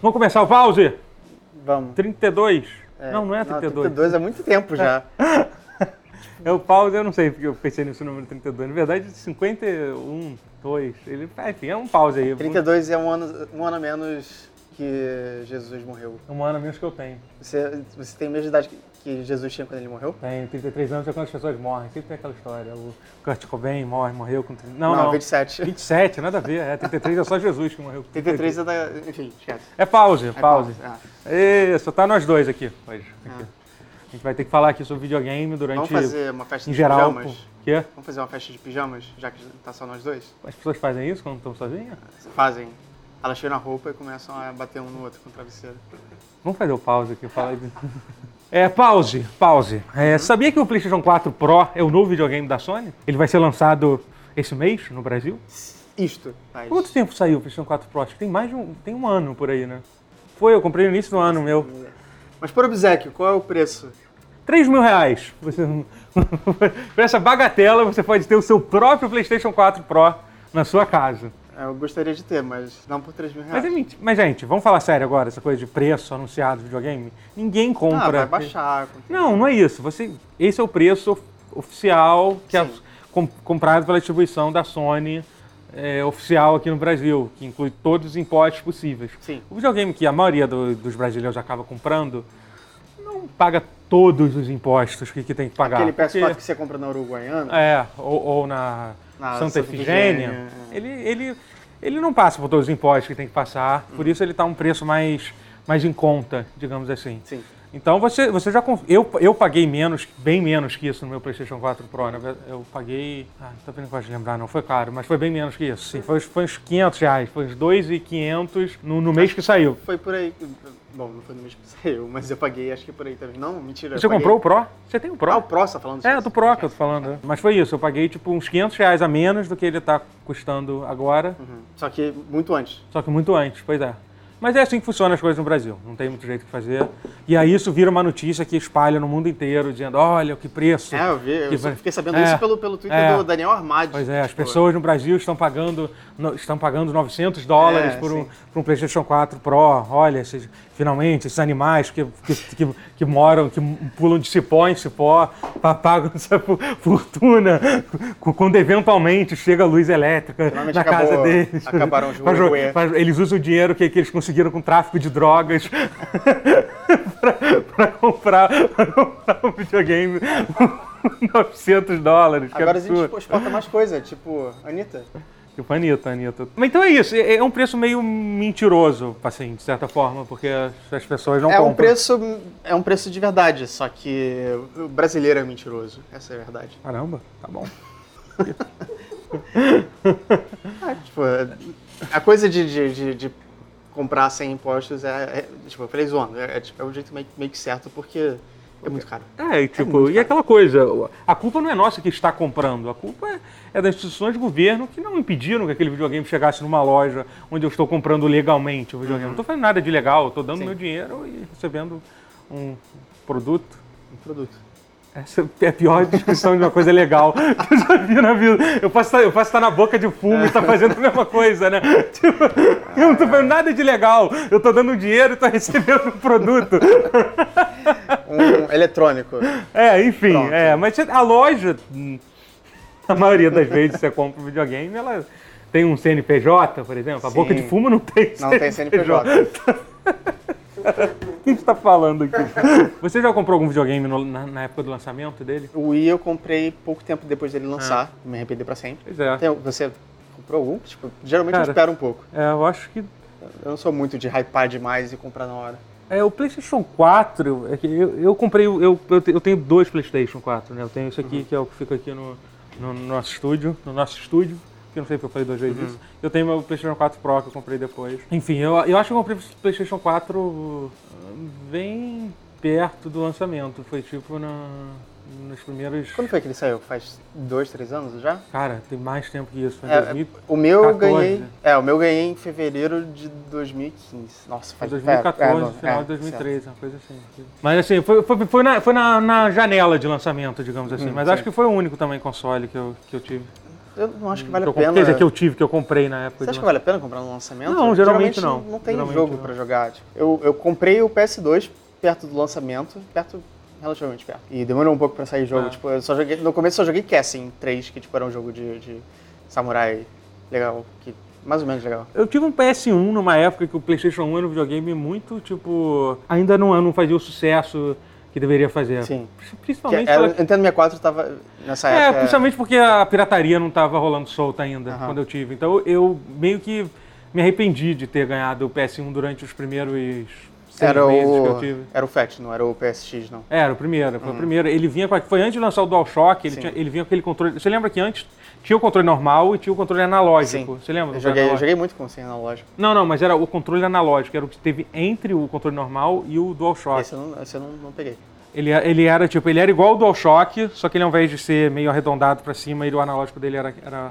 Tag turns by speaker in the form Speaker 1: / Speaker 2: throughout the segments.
Speaker 1: Vamos começar o pause?
Speaker 2: Vamos.
Speaker 1: 32. não, não é 32.
Speaker 2: 32 é muito tempo já.
Speaker 1: É o pause, eu não sei porque eu pensei nesse número 32. Na verdade, 51, 2. Ele, ah, enfim, é um pause aí.
Speaker 2: 32 é um ano, um ano a menos que Jesus morreu.
Speaker 1: Um ano menos que eu tenho.
Speaker 2: Você, você tem a mesma idade que- que Jesus tinha quando ele morreu?
Speaker 1: Tenho 33 anos, é quando as pessoas morrem. Sempre tem aquela história. O Kurt Cobain morre, morreu com... 30 Não, não.
Speaker 2: 27.
Speaker 1: 27, nada a ver. É, 33 é só Jesus que morreu. com
Speaker 2: 33 é da. Enfim, esquece.
Speaker 1: É pause,
Speaker 2: É
Speaker 1: pause.
Speaker 2: pausa, é.
Speaker 1: E só tá nós dois aqui hoje.
Speaker 2: É.
Speaker 1: A gente vai ter que falar aqui sobre videogame
Speaker 2: Vamos
Speaker 1: durante.
Speaker 2: fazer uma festa
Speaker 1: Em
Speaker 2: de
Speaker 1: geral.
Speaker 2: pijamas?
Speaker 1: O quê?
Speaker 2: Vamos fazer uma festa de pijamas, já que tá só nós dois?
Speaker 1: As pessoas fazem isso quando estão sozinhas?
Speaker 2: Fazem. Elas tiram a roupa e começam a bater um no outro com o travesseiro.
Speaker 1: Vamos fazer o pause aqui, falar de... É, pause, pause. É, sabia que o PlayStation 4 Pro é o novo videogame da Sony? Ele vai ser lançado esse mês no Brasil?
Speaker 2: Isto. Mas...
Speaker 1: Quanto tempo saiu o PlayStation 4 Pro? Acho que tem mais de um, tem um ano por aí, né? Foi, eu comprei no início do ano, meu.
Speaker 2: Mas por obsequio, qual é o preço?
Speaker 1: 3 mil reais. Você, não- por essa bagatela, você pode ter o seu próprio PlayStation 4 Pro na sua casa.
Speaker 2: Eu gostaria de ter, mas não por 3 mil reais.
Speaker 1: Mas, é menti- mas, gente, vamos falar sério agora, essa coisa de preço anunciado do videogame? Ninguém compra.
Speaker 2: ah, vai baixar. com-
Speaker 1: Não, não é isso. Você, esse é o preço of- oficial que é
Speaker 2: Sim.
Speaker 1: com- comprado pela distribuição da Sony é, oficial aqui no Brasil, que inclui todos os impostos possíveis.
Speaker 2: Sim.
Speaker 1: O videogame que a maioria do- dos brasileiros acaba comprando não paga todos os impostos que, que tem que pagar.
Speaker 2: Aquele PS4
Speaker 1: porque-
Speaker 2: que você compra na Uruguaiana,
Speaker 1: é, ou, ou na,
Speaker 2: Na
Speaker 1: Santa
Speaker 2: Santa
Speaker 1: Efigênia,
Speaker 2: Efigênia, é.
Speaker 1: ele, ele, ele não passa por todos os impostos que tem que passar, por
Speaker 2: Uhum.
Speaker 1: isso ele está um preço mais, mais em conta, digamos assim.
Speaker 2: Sim.
Speaker 1: Então você, você já. conf- Eu, eu paguei menos, bem menos que isso no meu PlayStation 4 Pro. né? Eu paguei. Ah, não tô vendo quase lembrar, não. Foi caro, mas foi bem menos que isso. Sim, foi, uns- foi uns 500 reais, foi uns 2,500 no, no mês que saiu.
Speaker 2: foi por aí. Bom, não foi no mesmo que eu, mas eu paguei, acho que por aí também. Não, mentira. eu
Speaker 1: Você
Speaker 2: paguei-
Speaker 1: comprou o Pro? Você tem o Pro?
Speaker 2: Ah, o Pro, você tá falando
Speaker 1: É,
Speaker 2: disso?
Speaker 1: do Pro que eu tô falando. né? Mas foi isso, eu paguei tipo uns 500 reais a menos do que ele tá custando agora.
Speaker 2: Uhum. Só que muito antes.
Speaker 1: Só que muito antes, pois é. Mas é assim que funcionam as coisas no Brasil. Não tem muito jeito o que fazer. E aí isso vira uma notícia que espalha no mundo inteiro, dizendo, olha, que preço.
Speaker 2: É, eu vi, eu
Speaker 1: Que
Speaker 2: só
Speaker 1: vai-
Speaker 2: fiquei sabendo
Speaker 1: É.
Speaker 2: isso pelo, pelo Twitter
Speaker 1: É.
Speaker 2: do Daniel Armadi.
Speaker 1: Pois é, as
Speaker 2: Tipo,
Speaker 1: pessoas no Brasil estão pagando, no- estão pagando 900 dólares
Speaker 2: É,
Speaker 1: por, um,
Speaker 2: sim.
Speaker 1: por um PlayStation 4 Pro. Olha, esses- finalmente, esses animais que, que, que- que moram, que pulam de cipó em cipó, pa- pagam essa fu- fortuna cu- quando eventualmente chega a luz elétrica
Speaker 2: Finalmente
Speaker 1: na
Speaker 2: acabou-
Speaker 1: casa deles.
Speaker 2: acabaram os
Speaker 1: Pra jo-
Speaker 2: Uruguaiê.
Speaker 1: pra- Eles usam o dinheiro que, que eles conseguiram com tráfico de drogas para comprar, pra comprar um videogame. 900 dólares. que
Speaker 2: Agora a gente
Speaker 1: absurdo.
Speaker 2: expo- exporta mais coisa, tipo, Anitta.
Speaker 1: Tipo, Anitta, Anitta. Mas então é isso, é é um preço meio mentiroso, assim, de certa forma, porque as as pessoas não
Speaker 2: É
Speaker 1: compram.
Speaker 2: um, preço, é um preço de verdade, só que o brasileiro é mentiroso. Essa é a verdade.
Speaker 1: Caramba, tá bom.
Speaker 2: Tipo, a coisa de, de, de- de comprar sem impostos é, é- tipo, eu falei zoando, é, é, tipo, é o jeito meio, meio que certo, porque é muito caro.
Speaker 1: É, e, tipo, e aquela coisa, a culpa não é nossa que está comprando, a culpa é, é das instituições de governo que não impediram que aquele videogame chegasse numa loja onde eu estou comprando legalmente o videogame. Não estou fazendo nada de legal, estou dando meu dinheiro e recebendo um produto.
Speaker 2: Um produto.
Speaker 1: Essa é a pior descrição de uma coisa legal que eu já vi na vida. Eu posso estar, eu posso estar na boca de fumo e estar fazendo a mesma coisa, né? Tipo, eu não tô fazendo nada de legal. Eu tô dando dinheiro e tô recebendo um produto.
Speaker 2: Um, eletrônico.
Speaker 1: É, enfim.
Speaker 2: Pronto.
Speaker 1: É, mas a loja, hum, na maioria das vezes, você compra um videogame, ela tem um CNPJ, por exemplo. A
Speaker 2: Sim.
Speaker 1: boca de fumo não tem
Speaker 2: Não tem CNPJ.
Speaker 1: O que a gente tá falando aqui? Você já comprou algum videogame no- na, na época do lançamento dele?
Speaker 2: O Wii eu comprei pouco tempo depois dele lançar, me arrependi pra sempre.
Speaker 1: Pois é.
Speaker 2: Tem- você comprou algum? Tipo, geralmente
Speaker 1: Cara.
Speaker 2: eu espero um pouco.
Speaker 1: É, eu acho que
Speaker 2: Eu não sou muito de hypar demais e comprar na hora.
Speaker 1: É, o PlayStation 4, é que eu, eu comprei, o- eu, eu, te- eu tenho dois PlayStation 4, né? Eu tenho esse aqui, que é o que fica aqui no, no nosso estúdio, no nosso estúdio, que eu não sei porque eu falei duas vezes isso. Eu tenho meu PlayStation 4 Pro que eu comprei depois. Uhum. Enfim, eu, eu acho que eu comprei o PlayStation 4 hum, bem perto do lançamento, foi tipo na, nos primeiros...
Speaker 2: Quando foi que ele saiu? Faz dois, três anos já?
Speaker 1: Cara, tem mais tempo que isso, foi em
Speaker 2: É,
Speaker 1: 2000,
Speaker 2: O meu eu
Speaker 1: 14.
Speaker 2: ganhei. É, o meu eu ganhei em fevereiro de 2015. Nossa,
Speaker 1: Foi
Speaker 2: faz
Speaker 1: 2014,
Speaker 2: é, não,
Speaker 1: final
Speaker 2: é,
Speaker 1: de 2013, uma coisa assim. Mas assim, foi, foi, foi na, foi na, na janela de lançamento, digamos assim.
Speaker 2: Hum,
Speaker 1: Mas
Speaker 2: sim.
Speaker 1: acho que foi o único também console que eu, que eu tive.
Speaker 2: certo. Eu não acho que vale
Speaker 1: Então, que
Speaker 2: a
Speaker 1: eu, comp-
Speaker 2: pena.
Speaker 1: quer dizer, que eu tive, que eu comprei na época.
Speaker 2: Você acha
Speaker 1: de
Speaker 2: que vale a pena comprar no lançamento?
Speaker 1: Não, geralmente não.
Speaker 2: Não tem
Speaker 1: Geralmente
Speaker 2: jogo
Speaker 1: não.
Speaker 2: pra jogar. tipo. eu, eu comprei o PS2 perto do lançamento, perto relativamente perto. E demorou um pouco pra sair jogo.
Speaker 1: Ah.
Speaker 2: Tipo, eu só joguei, no começo eu só joguei Kessen 3, que tipo, era um jogo de, de samurai legal, que mais ou menos legal.
Speaker 1: Eu tive um PS1 numa época que o PlayStation 1 era um videogame muito, tipo. Ainda não, não fazia o sucesso que deveria fazer.
Speaker 2: Sim. Que
Speaker 1: Principalmente.
Speaker 2: era,
Speaker 1: É. pela-
Speaker 2: o Nintendo 64 tava nessa
Speaker 1: É,
Speaker 2: época.
Speaker 1: principalmente porque a pirataria não estava rolando solta ainda
Speaker 2: tá. Aham.
Speaker 1: quando eu tive. Então eu meio que me arrependi de ter ganhado o PS1 durante os primeiros seis
Speaker 2: era
Speaker 1: meses
Speaker 2: o,
Speaker 1: que eu tive.
Speaker 2: era o FAT, não era o PSX, não.
Speaker 1: Era o primeiro, foi o primeiro. Ele vinha com a, foi antes de lançar o DualShock, ele,
Speaker 2: Sim.
Speaker 1: tinha- ele vinha com aquele controle. Você lembra que antes tinha o controle normal e tinha o controle analógico?
Speaker 2: Sim.
Speaker 1: Você lembra? do
Speaker 2: Eu joguei, eu
Speaker 1: analógico?
Speaker 2: joguei muito com sem analógico.
Speaker 1: Não, não, mas era o controle analógico, era o que teve entre o controle normal e o DualShock.
Speaker 2: Esse eu não, esse eu não, não peguei.
Speaker 1: Ele, ele era tipo, ele era igual o DualShock, só que ele ao invés de ser meio arredondado pra cima, ele, o analógico dele era, era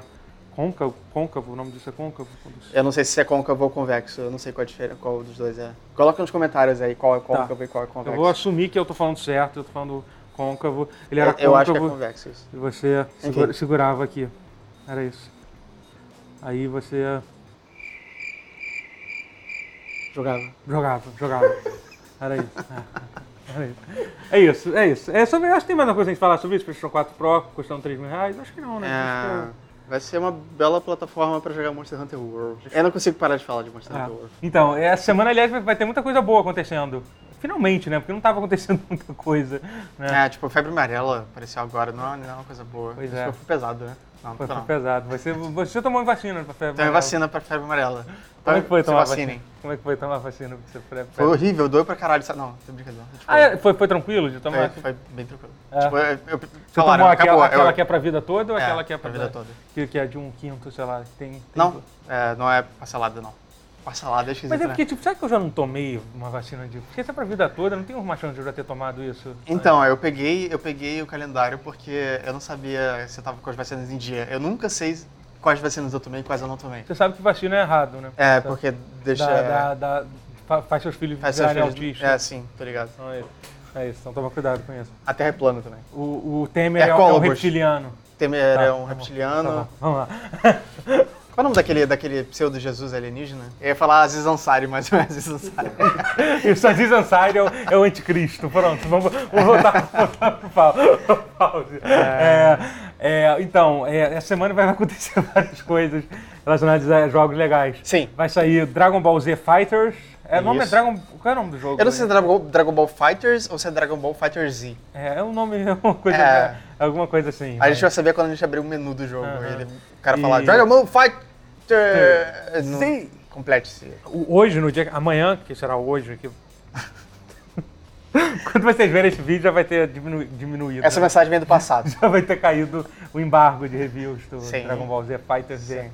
Speaker 1: côncavo, côncavo, o nome disso é côncavo. Quando se-
Speaker 2: Eu não sei se é côncavo ou convexo, eu não sei qual, a diferença, qual dos dois é. Coloca nos comentários aí qual é côncavo e qual é
Speaker 1: Tá. Eu
Speaker 2: convexo.
Speaker 1: vou assumir que eu tô falando certo, eu tô falando côncavo. Ele era
Speaker 2: Eu acho que é
Speaker 1: côncavo
Speaker 2: convexo isso.
Speaker 1: e você segura-
Speaker 2: Enfim.
Speaker 1: segurava aqui. Era isso. Aí você
Speaker 2: Jogava.
Speaker 1: jogava, jogava. Era isso. É. Era isso. É isso, é isso. É sobre, acho que tem mais uma coisa a gente falar sobre isso, PlayStation 4 Pro custando 3 mil reais. Acho que não, né? Acho que
Speaker 2: É, vai ser uma bela plataforma pra jogar Monster Hunter World. Eu não consigo parar de falar de Monster
Speaker 1: Ah,
Speaker 2: Hunter World.
Speaker 1: Então, essa semana, aliás, vai- vai ter muita coisa boa acontecendo. Finalmente, né? Porque não estava acontecendo muita coisa. Né?
Speaker 2: É, tipo, febre amarela apareceu agora, não é, não é uma coisa boa.
Speaker 1: Pois
Speaker 2: Isso
Speaker 1: é.
Speaker 2: que foi pesado, né? Não,
Speaker 1: Foi, foi
Speaker 2: não. não.
Speaker 1: pesado. Você, você tomou vacina né? pra febre
Speaker 2: Então eu
Speaker 1: amarela.
Speaker 2: vacina pra febre amarela. Então,
Speaker 1: Como é que foi
Speaker 2: Se
Speaker 1: tomar
Speaker 2: vacinem.
Speaker 1: vacina? Como é que foi tomar vacina? Porque você foi,
Speaker 2: Foi horrível, doeu pra caralho. sabe? Não, tô brincadeira. Tipo,
Speaker 1: Ah, é? foi, foi tranquilo de tomar?
Speaker 2: foi, foi bem tranquilo.
Speaker 1: É.
Speaker 2: Tipo, eu, eu,
Speaker 1: Você
Speaker 2: falaram,
Speaker 1: tomou aquela,
Speaker 2: acabou.
Speaker 1: aquela
Speaker 2: eu,
Speaker 1: que é pra vida toda ou
Speaker 2: é,
Speaker 1: aquela que é pra,
Speaker 2: vida toda.
Speaker 1: Que, que é de um quinto, sei lá. que Tem, tem
Speaker 2: Não, é, não é parcelada, não. Parcelada é esquisito,
Speaker 1: Mas é
Speaker 2: né?
Speaker 1: porque, tipo, será que eu já não tomei uma vacina de... Porque se é pra vida toda, não tem uma chance de eu já ter tomado isso.
Speaker 2: Então, eu peguei, eu peguei o calendário porque eu não sabia se eu tava com as vacinas em dia. Eu nunca sei quais vacinas eu tomei e quais eu não tomei.
Speaker 1: Você sabe que vacina é errado, né?
Speaker 2: É,
Speaker 1: Tá.
Speaker 2: porque deixa... é.
Speaker 1: Dá- dá- dá- fa- faz seus filhos
Speaker 2: faz
Speaker 1: virarem
Speaker 2: seus filhos-
Speaker 1: autistas.
Speaker 2: É, sim, tô ligado.
Speaker 1: Então é isso. É isso, então toma cuidado com isso.
Speaker 2: A Terra é plana também.
Speaker 1: O, o Temer é, um- é um
Speaker 2: Ecólogos.
Speaker 1: reptiliano.
Speaker 2: Temer
Speaker 1: Tá,
Speaker 2: é um
Speaker 1: tá bom,
Speaker 2: reptiliano.
Speaker 1: Tá bom, vamos lá.
Speaker 2: Qual é o nome daquele, daquele pseudo-Jesus alienígena? Eu ia falar Aziz Ansari, mas não é Aziz Ansari.
Speaker 1: Isso, Aziz Ansari é o, é o anticristo. Pronto, vamos, vamos voltar, voltar pro pau. pause. É, é, então, é, essa semana vai acontecer várias coisas relacionadas a jogos legais.
Speaker 2: sim.
Speaker 1: Vai sair Dragon Ball Z Fighters. É, o nome é
Speaker 2: Isso.
Speaker 1: Dragon... Qual é o nome do jogo?
Speaker 2: Eu não sei se é Dragon Ball- Dragon Ball Fighters ou se é Dragon Ball Fighter Z.
Speaker 1: É, é um nome, é uma coisa...
Speaker 2: É.
Speaker 1: Alguma coisa assim.
Speaker 2: A
Speaker 1: mas-
Speaker 2: gente vai saber quando a gente abrir o menu do jogo.
Speaker 1: Aham.
Speaker 2: Ele- o cara
Speaker 1: E-
Speaker 2: falar Dragon Ball Fighter...
Speaker 1: Sim.
Speaker 2: Não- Complete-se.
Speaker 1: O- Hoje, no dia. Amanhã, que será hoje. Que... Quando vocês verem esse vídeo, já vai ter diminu- diminuído.
Speaker 2: Essa
Speaker 1: né?
Speaker 2: mensagem vem do passado.
Speaker 1: Já vai ter caído o embargo de reviews do
Speaker 2: Sim.
Speaker 1: Dragon Ball Z Fighter Z.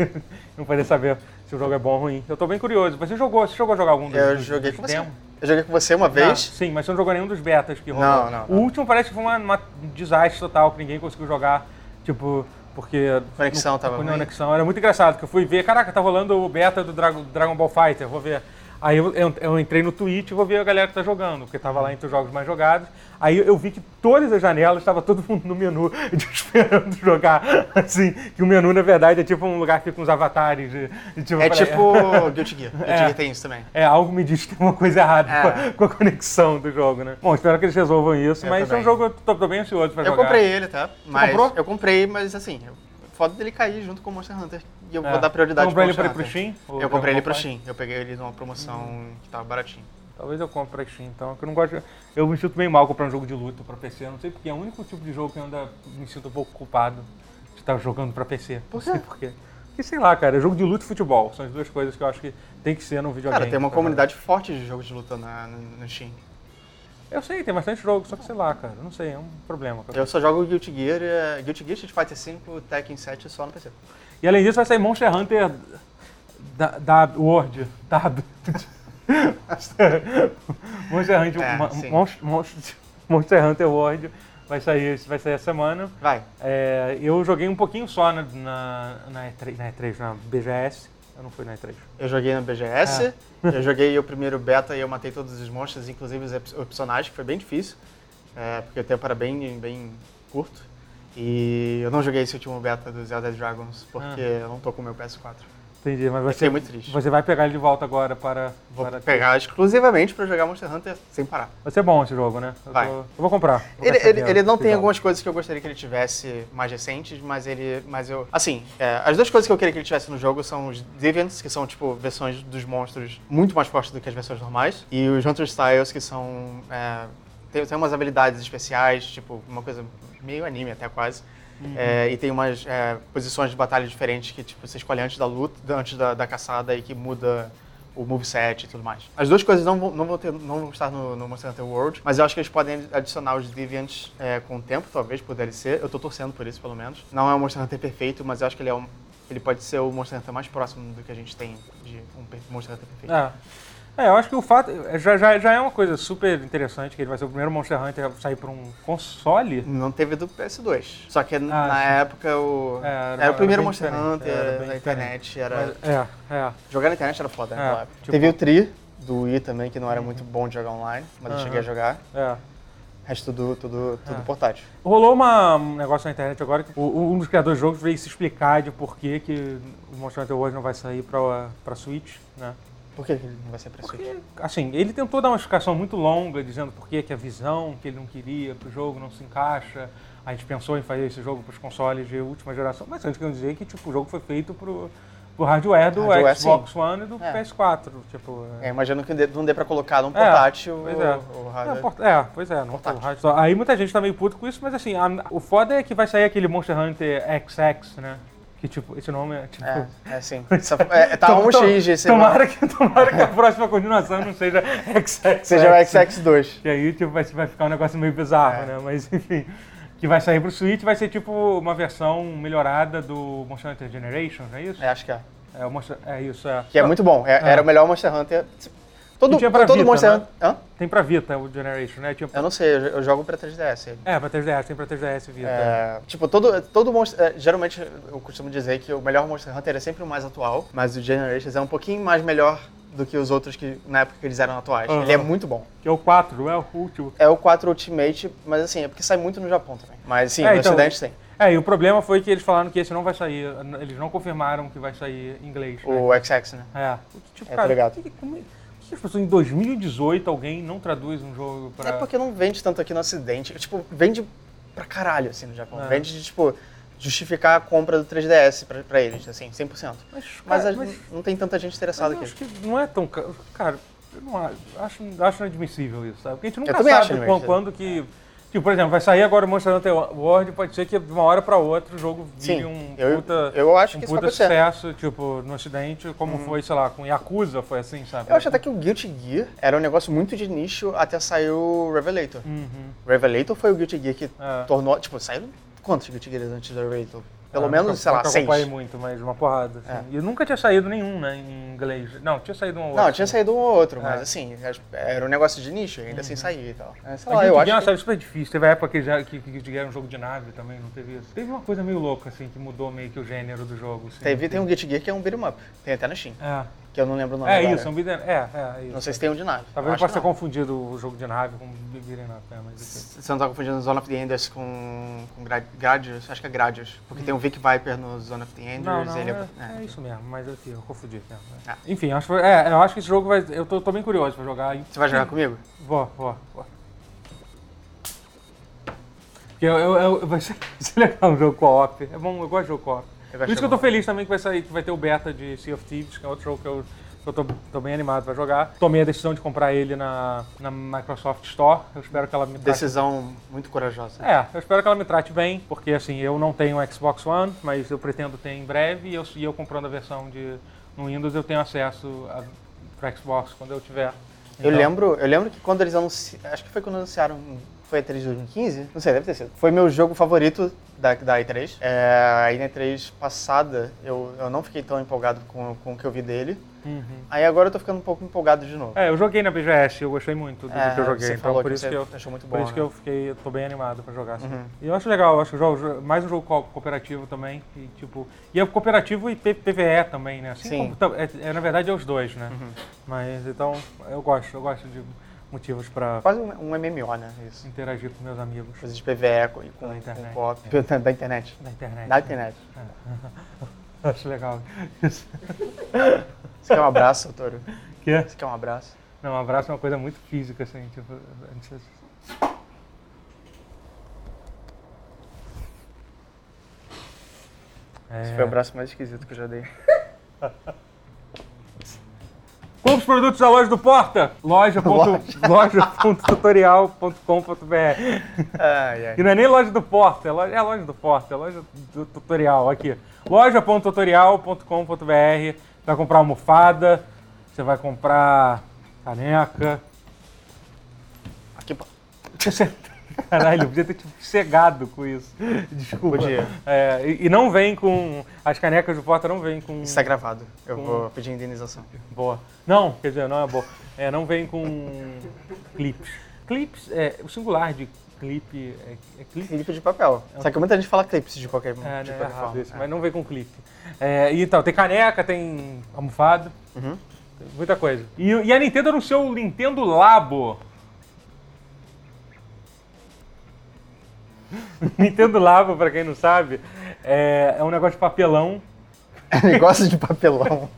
Speaker 1: Não poder saber se o jogo é bom ou ruim. Eu tô bem curioso. Você jogou, você jogou a jogar algum dos
Speaker 2: Eu
Speaker 1: dos-
Speaker 2: joguei
Speaker 1: dos
Speaker 2: com você.
Speaker 1: demos?
Speaker 2: Eu joguei com você uma
Speaker 1: Não,
Speaker 2: vez.
Speaker 1: sim, mas você não jogou nenhum dos betas que rolou.
Speaker 2: Não, não,
Speaker 1: O
Speaker 2: não.
Speaker 1: último parece que foi uma- uma- um desastre total, que ninguém conseguiu jogar, tipo, porque...
Speaker 2: Conexão
Speaker 1: não-
Speaker 2: tava
Speaker 1: quando
Speaker 2: ruim.
Speaker 1: conexão. Era muito engraçado, que eu fui ver, caraca, tá rolando o beta do Dragon, Dragon Ball Fighter, vou ver. Aí eu, eu- eu entrei no Twitch e vou ver a galera que tá jogando, porque tava lá entre os jogos mais jogados. Aí eu vi que todas as janelas tava todo mundo no menu esperando jogar. Assim, que o menu, na verdade, é tipo um lugar que fica uns avatares. de- de tipo, eu
Speaker 2: É
Speaker 1: falei,
Speaker 2: tipo Guilty Gear. Guilty Gear tem isso também.
Speaker 1: é, algo me diz que tem uma coisa errada
Speaker 2: É.
Speaker 1: com a- com a conexão do jogo, né? Bom, espero que eles resolvam isso,
Speaker 2: Eu
Speaker 1: mas é um
Speaker 2: também.
Speaker 1: jogo que eu tô, tô bem ansioso pra
Speaker 2: Eu
Speaker 1: jogar.
Speaker 2: comprei ele, tá? Mas
Speaker 1: comprou?
Speaker 2: Eu comprei, mas assim, eu- foda dele cair junto com o Monster Hunter. E eu
Speaker 1: É.
Speaker 2: vou dar prioridade
Speaker 1: Comprou ele
Speaker 2: pro
Speaker 1: pra
Speaker 2: Monster
Speaker 1: pro
Speaker 2: Hunter.
Speaker 1: Steam? Ou
Speaker 2: Eu comprei ele pro
Speaker 1: Dragon Ball
Speaker 2: Steam. Eu peguei ele numa promoção
Speaker 1: Hum.
Speaker 2: que tava baratinho.
Speaker 1: Fighter? Talvez eu compre pra Steam, então, que eu não gosto... de- Eu me sinto bem mal comprando jogo de luta pra PC, eu não sei porque é o único tipo de jogo que eu ainda me sinto um pouco culpado de estar jogando pra PC. Por Não sei por quê. Porque, sei lá, cara, jogo de luta e futebol são as duas coisas que eu acho que tem que ser num videogame.
Speaker 2: Cara, tem uma
Speaker 1: pra
Speaker 2: comunidade forte de jogos de luta na, no, no Steam.
Speaker 1: jogar. Eu sei, tem bastante jogo, só que sei lá, cara, eu não sei, é um problema. cara.
Speaker 2: Eu só jogo Guilty Gear, eh, Guilty Gear, Street Fighter V, Tekken 7 só no PC.
Speaker 1: E além disso, vai sair Monster Hunter da, da World. Da, Monster Hunter,
Speaker 2: É,
Speaker 1: Mon-
Speaker 2: sim.
Speaker 1: Mon- Monster, Monster Hunter World vai sair, vai sair essa semana.
Speaker 2: Vai.
Speaker 1: É, eu joguei um pouqupouquinho só na, na, na E3, na E3, na BGS. Eu não fui na E3.
Speaker 2: Eu joguei na BGS,
Speaker 1: É.
Speaker 2: eu joguei o primeiro beta e eu matei todos os monstros, um inclusive os op- opcionais, que foi bem difícil, é, porque o tempo era bem, bem curto. E eu não joguei esse último beta do Zelda Dragons, porque eu não tô com o meu PS4.
Speaker 1: Entendi, mas você,
Speaker 2: Fiquei muito triste.
Speaker 1: você Ah. vai pegar ele de volta agora para.
Speaker 2: Vou
Speaker 1: para-
Speaker 2: pegar exclusivamente pra jogar Monster Hunter sem parar.
Speaker 1: Vai ser bom esse jogo, né? Eu,
Speaker 2: Vai.
Speaker 1: tô- eu vou comprar. Vou
Speaker 2: Ele,
Speaker 1: gastar
Speaker 2: ele,
Speaker 1: dinheiro
Speaker 2: ele não
Speaker 1: nesse
Speaker 2: tem
Speaker 1: jogo.
Speaker 2: algumas coisas que eu gostaria que ele tivesse mais recentes, mas ele. Mas eu. Assim, é, as duas coisas que eu queria que ele tivesse no jogo são os Deviants, que são, tipo, versões dos monstros muito mais fortes do que as versões normais, e os Hunter Styles, que são. É, tem, tem umas habilidades especiais, tipo, uma coisa meio anime até quase. É, e tem umas é, posições de batalha diferentes que tipo, você escolhe antes da luta, da- antes da, da caçada e que muda o moveset e tudo mais. As duas coisas não vão, não vão, ter- não vão estar no, no Monster Hunter World, mas eu acho que eles podem adicionar os Deviants é, com o tempo, talvez, por DLC. Eu tô torcendo por isso, pelo menos. Não é um Monster Hunter perfeito, mas eu acho que ele, é um, ele pode ser o Monster Hunter mais próximo do que a gente tem de um per- Monster Hunter perfeito.
Speaker 1: É. É, eu acho que o fato. Já, já, já é uma coisa super interessante que ele vai ser o primeiro Monster Hunter a sair para um console.
Speaker 2: Não teve do PS2. Só que na
Speaker 1: Ah, sim.
Speaker 2: época o...
Speaker 1: É,
Speaker 2: era,
Speaker 1: era
Speaker 2: o primeiro
Speaker 1: bem
Speaker 2: Monster
Speaker 1: diferente,
Speaker 2: Hunter
Speaker 1: era bem
Speaker 2: na internet. Era...
Speaker 1: Mas- é, é.
Speaker 2: Jogar na internet era foda, né?
Speaker 1: É,
Speaker 2: claro.
Speaker 1: tipo- Uhum.
Speaker 2: Teve o Tri do Wii também, que não era muito bom de jogar online, mas eu cheguei a jogar.
Speaker 1: É.
Speaker 2: O resto tudo, tudo, tudo
Speaker 1: É.
Speaker 2: portátil.
Speaker 1: Rolou uma- um negócio na internet agora que o- o- um dos criadores do jogo veio se explicar de por que, que o Monster Hunter World não vai sair pra, pra Switch, né?
Speaker 2: Por que que ele não vai ser pra Switch?
Speaker 1: Porque, assim, ele tentou dar uma explicação muito longa, dizendo por que, que a visão que ele não queria pro jogo não se encaixa. A gente pensou em fazer esse jogo pros consoles de última geração, mas antes quer dizer que tipo, o jogo foi feito pro, pro hardware do
Speaker 2: Hardware,
Speaker 1: Xbox One e do
Speaker 2: É.
Speaker 1: PS4. Tipo, é.
Speaker 2: É, imagino que dê- não dê pra colocar num portátil
Speaker 1: pois é.
Speaker 2: o, o
Speaker 1: É,
Speaker 2: hardware.
Speaker 1: port- é, pois é, não
Speaker 2: Portátil.
Speaker 1: porra. Só- Aí muita gente tá meio puto com isso, mas assim, a- o foda é que vai sair aquele Monster Hunter XX, né? Que tipo, esse nome é tipo.
Speaker 2: É, é sim. Essa- é, tá
Speaker 1: Tom-
Speaker 2: um
Speaker 1: tom- é
Speaker 2: X esse
Speaker 1: tomara, que, tomara que a próxima continuação não seja XX.
Speaker 2: Seja o XX2.
Speaker 1: E aí tipo, vai, vai ficar um negócio meio bizarro,
Speaker 2: É.
Speaker 1: né? Mas enfim. Que vai sair pro Switch, vai ser tipo uma versão melhorada do Monster Hunter Generations, não é isso?
Speaker 2: É, acho que é.
Speaker 1: É, o Monster- é isso, é.
Speaker 2: Que é muito bom. É- Era o melhor Monster Hunter. Todo,
Speaker 1: E tinha pra
Speaker 2: todo
Speaker 1: Vita,
Speaker 2: Monster
Speaker 1: né?
Speaker 2: Hunter. Hã?
Speaker 1: Tem pra Vita o Generation, né? Tinha-
Speaker 2: Eu não sei, eu, eu jogo pra 3DS. ele.
Speaker 1: É, pra 3DS, tem pra 3DS Vita.
Speaker 2: É, tipo, todo, todo Monster... é, Geralmente, eu costumo dizer que o melhor Monster Hunter é sempre o mais atual, mas o Generations é um pouquinho mais melhor do que os outros que na época que eles eram atuais.
Speaker 1: Aham.
Speaker 2: Ele é muito bom.
Speaker 1: Que é o 4, não é o último.
Speaker 2: É o 4 Ultimate, mas assim, é porque sai muito no Japão também. Mas sim,
Speaker 1: É,
Speaker 2: no
Speaker 1: então-
Speaker 2: Ocidente tem.
Speaker 1: É, e o problema foi que eles falaram que esse não vai sair, n- eles não confirmaram que vai sair em inglês. né?
Speaker 2: O XX, né?
Speaker 1: É. O que, Tipo,
Speaker 2: É,
Speaker 1: cara,
Speaker 2: tá ligado.
Speaker 1: por que, como é- por que as pessoas em 2018 alguém não traduz um jogo pra.
Speaker 2: É porque não vende tanto aqui no Ocidente. Tipo, vende pra caralho, assim, no Japão.
Speaker 1: É.
Speaker 2: Vende de, tipo, justificar a compra do 3DS pra, pra eles, assim, 100%.
Speaker 1: É, Mas,
Speaker 2: Mas,
Speaker 1: cara,
Speaker 2: a- não tem tanta gente
Speaker 1: mas
Speaker 2: interessada
Speaker 1: eu
Speaker 2: aqui.
Speaker 1: acho que não é tão. ca- Cara, eu não a- acho, acho inadmissível isso, sabe? Porque a gente nunca
Speaker 2: também
Speaker 1: sabe
Speaker 2: acho
Speaker 1: quando,
Speaker 2: inadmissível.
Speaker 1: quando que. Tipo, por exemplo, vai sair agora o Monster Hunter World, pode ser que de uma hora pra outra o jogo vire
Speaker 2: Sim,
Speaker 1: um
Speaker 2: eu,
Speaker 1: puta.
Speaker 2: eu acho
Speaker 1: um
Speaker 2: que isso vai
Speaker 1: puta
Speaker 2: acontecer. Uhum.
Speaker 1: sucesso, tipo, no ocidente, como foi, sei lá, com Yakuza, foi assim, sabe?
Speaker 2: Eu acho até que o Guilty Gear era um negócio muito de nicho até sair o Revelator.
Speaker 1: Uhum.
Speaker 2: Revelator foi o Guilty Gear que
Speaker 1: É.
Speaker 2: tornou. Tipo, saíram quantos Guilty Gears antes do Revelator? Pelo
Speaker 1: É,
Speaker 2: menos,
Speaker 1: nunca-
Speaker 2: sei lá,
Speaker 1: nunca
Speaker 2: seis. É.
Speaker 1: acompanhei muito, mas uma porrada. assim. E nunca tinha saído nenhum, né, em inglês. Não, tinha saído um ou outro.
Speaker 2: Não, tinha saído um ou outro, mas
Speaker 1: É. Uhum.
Speaker 2: assim, era um negócio de nicho, ainda assim saía e tal. É, sei
Speaker 1: A
Speaker 2: lá,
Speaker 1: gente
Speaker 2: eu
Speaker 1: eu
Speaker 2: acho.
Speaker 1: uma
Speaker 2: que-
Speaker 1: série super difícil. Teve a época que, já, que, que era um jogo de nave também, não teve isso. Teve uma coisa meio louca, assim, que mudou meio que o gênero do jogo. Assim,
Speaker 2: Teve, tem um Guilty Gear que é um beat'em up. Tem até na Steam,
Speaker 1: É,
Speaker 2: que eu não lembro o nome.
Speaker 1: é
Speaker 2: agora.
Speaker 1: isso, um beat'em É, é, é isso.
Speaker 2: Não sei se tem um de nave.
Speaker 1: Talvez
Speaker 2: eu acho
Speaker 1: possa ser
Speaker 2: que não.
Speaker 1: confundido o jogo de nave com beat'em up, né, mas enfim.
Speaker 2: Você não tá confundindo Zone of the Enders com, com Gra- Gradius? Acho que é Gradius. Porque tem um Vic Viper no Zone of the Enders.
Speaker 1: Não, Hum. não,
Speaker 2: ele
Speaker 1: é,
Speaker 2: é-
Speaker 1: é isso mesmo, mas enfim, eu confundi. Mesmo, né.
Speaker 2: Ah.
Speaker 1: Enfim, acho, que foi- é, eu acho que esse jogo vai. Eu tô, tô bem curioso pra jogar.
Speaker 2: Você vai jogar comigo?
Speaker 1: Vó, vó, vó. Porque eu, eu, eu- vai, ser, vai ser legal um jogo co-op. É bom, eu gosto de jogo co-op.
Speaker 2: Eu
Speaker 1: Por
Speaker 2: acho
Speaker 1: isso que eu
Speaker 2: bom.
Speaker 1: tô feliz também que vai sair, que vai ter o beta de Sea of Thieves, que é outro jogo que eu, que eu tô, tô bem animado pra jogar. Tomei a decisão de comprar ele na, na Microsoft Store. Eu espero que ela me trate.
Speaker 2: Decisão muito corajosa.
Speaker 1: É, eu espero que ela me trate bem, porque assim, eu não tenho Xbox One, mas eu pretendo ter em breve e eu, e eu comprando a versão de no Windows eu tenho acesso a, pro Xbox quando eu tiver. Então-
Speaker 2: Eu lembro, eu lembro que quando eles anunciaram, acho que foi quando anunciaram, foi a E3 de 2015? Não sei, deve ter sido. Foi meu jogo favorito da, da E3. É, aí na E3 passada, eu, eu não fiquei tão empolgado com, com o que eu vi dele.
Speaker 1: Uhum.
Speaker 2: Aí agora eu tô ficando um pouco empolgado de novo.
Speaker 1: É, eu joguei na BGS, eu gostei muito do
Speaker 2: É,
Speaker 1: que eu joguei,
Speaker 2: você
Speaker 1: então
Speaker 2: falou
Speaker 1: por isso
Speaker 2: você
Speaker 1: que eu,
Speaker 2: achou muito bom,
Speaker 1: por isso que
Speaker 2: né?
Speaker 1: eu fiquei, eu tô bem animado pra jogar. assim.
Speaker 2: Uhum.
Speaker 1: E eu acho legal, eu acho que o jogo- mais um jogo co- cooperativo também, e tipo, e é cooperativo e P- PVE também, né? Assim
Speaker 2: Sim. Uhum.
Speaker 1: como- tá- é, é, na verdade é os dois, né? Mas então eu gosto, eu gosto de motivos para
Speaker 2: Quase um, um MMO, né? Isso.
Speaker 1: interagir com meus amigos
Speaker 2: Coisas de PVE com, com,
Speaker 1: Pela internet.
Speaker 2: com co-op. Da- Da internet.
Speaker 1: da internet.
Speaker 2: Da internet.
Speaker 1: Eu Acho legal.
Speaker 2: Você quer um abraço, Toro?
Speaker 1: Que?
Speaker 2: Você quer um abraço?
Speaker 1: Não, um abraço é uma coisa muito física, assim, tipo. antes-
Speaker 2: Esse
Speaker 1: É.
Speaker 2: foi o abraço mais esquisito que eu já dei.
Speaker 1: Compre os produtos da loja do Porta! loja.tutorial.com.br
Speaker 2: Ai, ai.
Speaker 1: E não é nem loja do Porta, é loja, é loja do Porta, é loja do tutorial aqui. loja.tutorial.com.br Você vai comprar almofada, você vai comprar caneca.
Speaker 2: Aqui, pô.
Speaker 1: Caralho, eu podia ter tipo, cegado com isso. Desculpa.
Speaker 2: Podia.
Speaker 1: É, e, e não vem com. As canecas do Porta não vem com.
Speaker 2: Isso tá gravado. Eu vou pedir indenização.
Speaker 1: Boa. Não, quer dizer, não é boa. É, não vem com clipes. Clipes, é, o singular de clipe é, é clipe?
Speaker 2: Clipe de papel. Só que muita gente fala clipes de qualquer,
Speaker 1: um
Speaker 2: tipo
Speaker 1: É,
Speaker 2: de
Speaker 1: né, é
Speaker 2: qualquer
Speaker 1: errado
Speaker 2: forma.
Speaker 1: isso, mas não vem com clipe. É, e então, tem caneca, tem almofada,
Speaker 2: Uhum.
Speaker 1: tem muita coisa. E, e a Nintendo anunciou o Nintendo Labo. Nintendo Labo, pra quem não sabe, é, é um negócio de papelão.
Speaker 2: É negócio de papelão.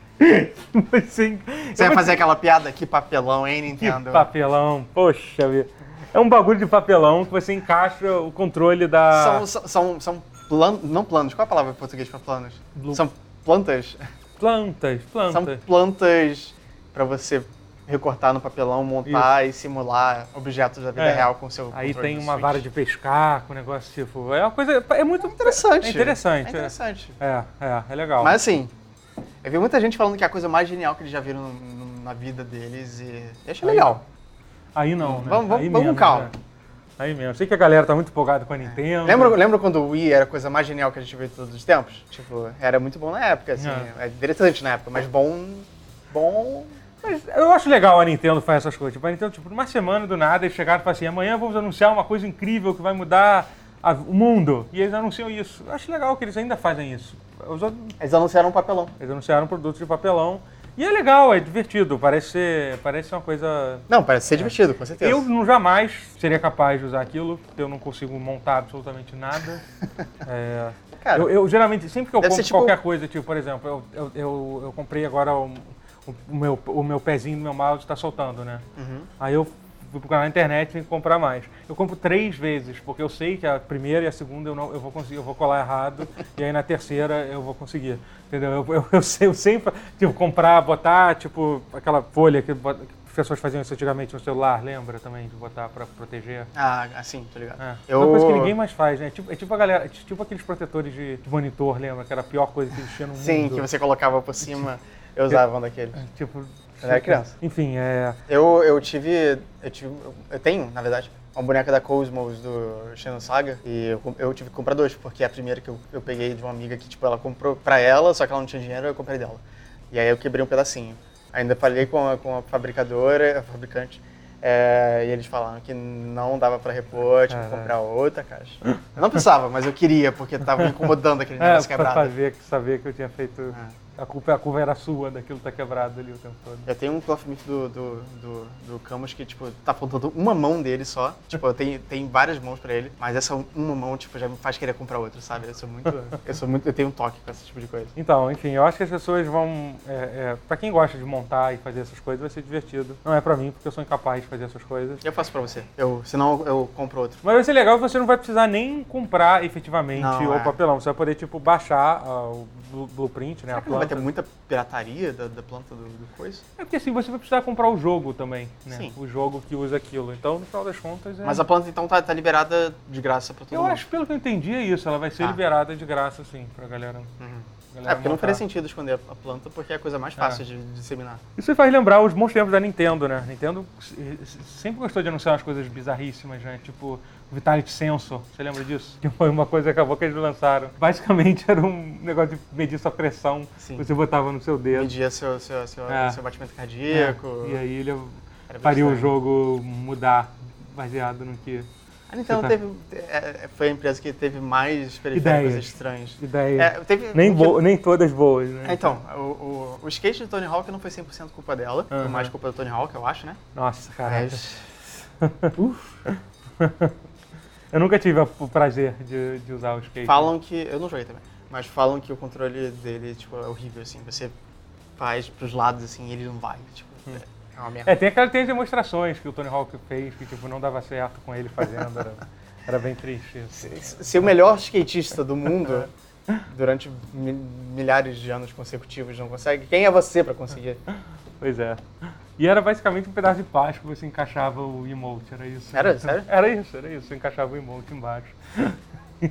Speaker 1: assim,
Speaker 2: Você tá vai fazer aquela piada aqui, papelão, hein,
Speaker 1: Que
Speaker 2: Nintendo?
Speaker 1: papelão, poxa vida. É um bagulho de papelão que você encaixa o controle da.
Speaker 2: São, são, são, são plan- não planos. Qual é a palavra em português para planos?
Speaker 1: Blu-
Speaker 2: São plantas.
Speaker 1: plantas,
Speaker 2: São
Speaker 1: plantas.
Speaker 2: plantas para você recortar no papelão, montar e simular objetos da vida
Speaker 1: É.
Speaker 2: real com seu
Speaker 1: Aí
Speaker 2: controle
Speaker 1: tem
Speaker 2: do
Speaker 1: uma
Speaker 2: Switch.
Speaker 1: vara de pescar, com um negócio tipo. É uma coisa. É muito
Speaker 2: Interessante.
Speaker 1: É interessante,
Speaker 2: É
Speaker 1: é.
Speaker 2: interessante.
Speaker 1: É, é, é legal.
Speaker 2: Mas assim, eu vi muita gente falando que é a coisa mais genial que eles já viram no- no- na vida deles e eu achei
Speaker 1: Aí-
Speaker 2: legal.
Speaker 1: Aí não, né?
Speaker 2: Vamos- vamos-
Speaker 1: Aí
Speaker 2: vamos com calma.
Speaker 1: né? Aí mesmo. Sei que a galera tá muito empolgada com a Nintendo.
Speaker 2: Lembra, lembra quando o Wii era a coisa mais genial que a gente viu de todos os tempos? Tipo, era muito bom na época, assim. É, interessante na época, mas bom. Bom.
Speaker 1: Mas eu acho legal a Nintendo fazer essas coisas. Tipo, a Nintendo, tipo, numa semana do nada, eles chegaram e falaram assim: amanhã vamos anunciar uma coisa incrível que vai mudar a- o mundo. E eles anunciam isso. Eu acho legal que eles ainda fazem isso. Os outros
Speaker 2: Eles anunciaram um papelão.
Speaker 1: Eles anunciaram produtos de papelão. E é legal, é divertido, parece ser, parece ser uma coisa.
Speaker 2: Não, parece ser divertido, com certeza.
Speaker 1: Eu não jamais seria capaz de usar aquilo, porque eu não consigo montar absolutamente nada. É,
Speaker 2: Cara,
Speaker 1: eu, eu geralmente, sempre que eu
Speaker 2: deve
Speaker 1: compro
Speaker 2: ser tipo-
Speaker 1: qualquer coisa, tipo, por exemplo, eu, eu, eu, eu comprei agora o, o, meu, o meu pezinho do meu mouse está soltando, né?
Speaker 2: Uhum.
Speaker 1: Aí eu fui procurar na internet e tenho que comprar mais. Eu compro três vezes, porque eu sei que a primeira e a segunda eu não eu vou conseguir, eu vou colar errado, e aí na terceira eu vou conseguir. Entendeu? Eu, eu, eu, sei- eu sempre, tipo, comprar, botar, tipo, aquela folha que, bota- que as pessoas faziam isso antigamente no celular, lembra também de botar para proteger?
Speaker 2: Ah, assim, tô ligado.
Speaker 1: É.
Speaker 2: Eu...
Speaker 1: Uma coisa que ninguém mais faz, né? É tipo, é tipo a galera, é tipo aqueles protetores de, de monitor, lembra? Que era a pior coisa que existia no
Speaker 2: Sim,
Speaker 1: mundo.
Speaker 2: que você colocava por cima, eu usava um daqueles.
Speaker 1: Tipo,
Speaker 2: Eu era criança.
Speaker 1: Enfim, é.
Speaker 2: Eu, eu tive. Eu tive. Eu tenho, na verdade, uma boneca da Cosmos do Shannon Saga. E eu, com- eu tive que comprar dois, porque a primeira que eu, eu peguei de uma amiga que, tipo, ela comprou pra ela, só que ela não tinha dinheiro, eu comprei dela. E aí eu quebrei um pedacinho. Ainda falei com a, com a fabricadora, a fabricante. é, e eles falaram que não dava pra repor, tinha que
Speaker 1: Caralho.
Speaker 2: comprar outra caixa. Eu não precisava, mas eu queria, porque tava me incomodando aquele
Speaker 1: É,
Speaker 2: negócio
Speaker 1: pra
Speaker 2: quebrado.
Speaker 1: fazer, saber que eu tinha feito.
Speaker 2: É.
Speaker 1: A culpa, a culpa era sua, daquilo tá quebrado ali o tempo todo.
Speaker 2: Eu tenho um clothmith do, do, do, do Camus que, tipo, tá faltando uma mão dele só. Tipo, eu tenho, tem várias mãos pra ele, mas essa uma mão, tipo, já me faz querer comprar outra, sabe? Eu sou muito. Eu sou muito. Eu tenho um toque com esse tipo de coisa.
Speaker 1: Então, enfim, eu acho que as pessoas vão. É, é, pra quem gosta de montar e fazer essas coisas, vai ser divertido. Não é pra mim, porque eu sou incapaz de fazer essas coisas.
Speaker 2: Eu faço pra você. Eu, senão eu compro outro.
Speaker 1: Mas vai ser legal que você não vai precisar nem comprar efetivamente
Speaker 2: Não,
Speaker 1: o
Speaker 2: é.
Speaker 1: papelão. Você vai poder, tipo, baixar ah, o blu- blueprint, né? a
Speaker 2: Será que não
Speaker 1: planta.
Speaker 2: vai ter muita pirataria da, da planta do, do coisa?
Speaker 1: É porque assim, você vai precisar comprar o jogo também, né?
Speaker 2: Sim.
Speaker 1: O jogo que usa aquilo. Então, no final das contas, é...
Speaker 2: Mas a Uhum. planta então tá, tá liberada de graça pra todo
Speaker 1: Eu
Speaker 2: mundo.
Speaker 1: acho, pelo que eu entendi, é isso. Ela vai ser
Speaker 2: Tá.
Speaker 1: liberada de graça, assim, pra galera. galera
Speaker 2: Uhum. É, porque não
Speaker 1: montar.
Speaker 2: faria sentido esconder a planta, porque é a coisa mais fácil de disseminar.
Speaker 1: Isso me faz lembrar os bons tempos da Nintendo, né? Nintendo se- se- sempre gostou de anunciar umas coisas bizarríssimas, né? Tipo o Vitality Sensor, você lembra disso? Que foi uma coisa que acabou que eles lançaram. Basicamente era um negócio de medir sua pressão,
Speaker 2: Sim.
Speaker 1: você botava no seu dedo.
Speaker 2: Media seu, seu, seu,
Speaker 1: É.
Speaker 2: seu batimento
Speaker 1: É,
Speaker 2: cardíaco.
Speaker 1: E aí ele
Speaker 2: Era bem
Speaker 1: faria o
Speaker 2: estranho.
Speaker 1: jogo mudar baseado no que.
Speaker 2: Ah, A Nintendo
Speaker 1: Tá.
Speaker 2: teve, é, foi a empresa que teve mais periféricos
Speaker 1: Ideias.
Speaker 2: estranhos.
Speaker 1: Ideia.
Speaker 2: É, teve,
Speaker 1: nem,
Speaker 2: porque-
Speaker 1: bo- nem todas boas, né?
Speaker 2: É, Então, o, o, o skate do Tony Hawk não foi 100% culpa dela, foi
Speaker 1: Aham.
Speaker 2: mais culpa do Tony Hawk, eu acho, né?
Speaker 1: Nossa, cara.
Speaker 2: Mas,
Speaker 1: Eu nunca tive a- o prazer de, de usar o skate.
Speaker 2: falam que. Eu não joguei também, mas falam que o controle dele tipo, é horrível, assim. Você faz pros lados assim e ele não vai. Tipo, é uma merda.
Speaker 1: É, tem aquelas tem as demonstrações que o Tony Hawk fez que tipo, não dava certo com ele fazendo. Era, era bem triste assim. isso.
Speaker 2: Se- se- É, Ser o melhor skatista do mundo durante mi- milhares de anos consecutivos não consegue. Quem é você pra conseguir?
Speaker 1: Pois é. E era basicamente um pedaço de plástico que você encaixava o emote, era isso.
Speaker 2: Era? Sério?
Speaker 1: Era isso, era isso. Você encaixava o emote embaixo.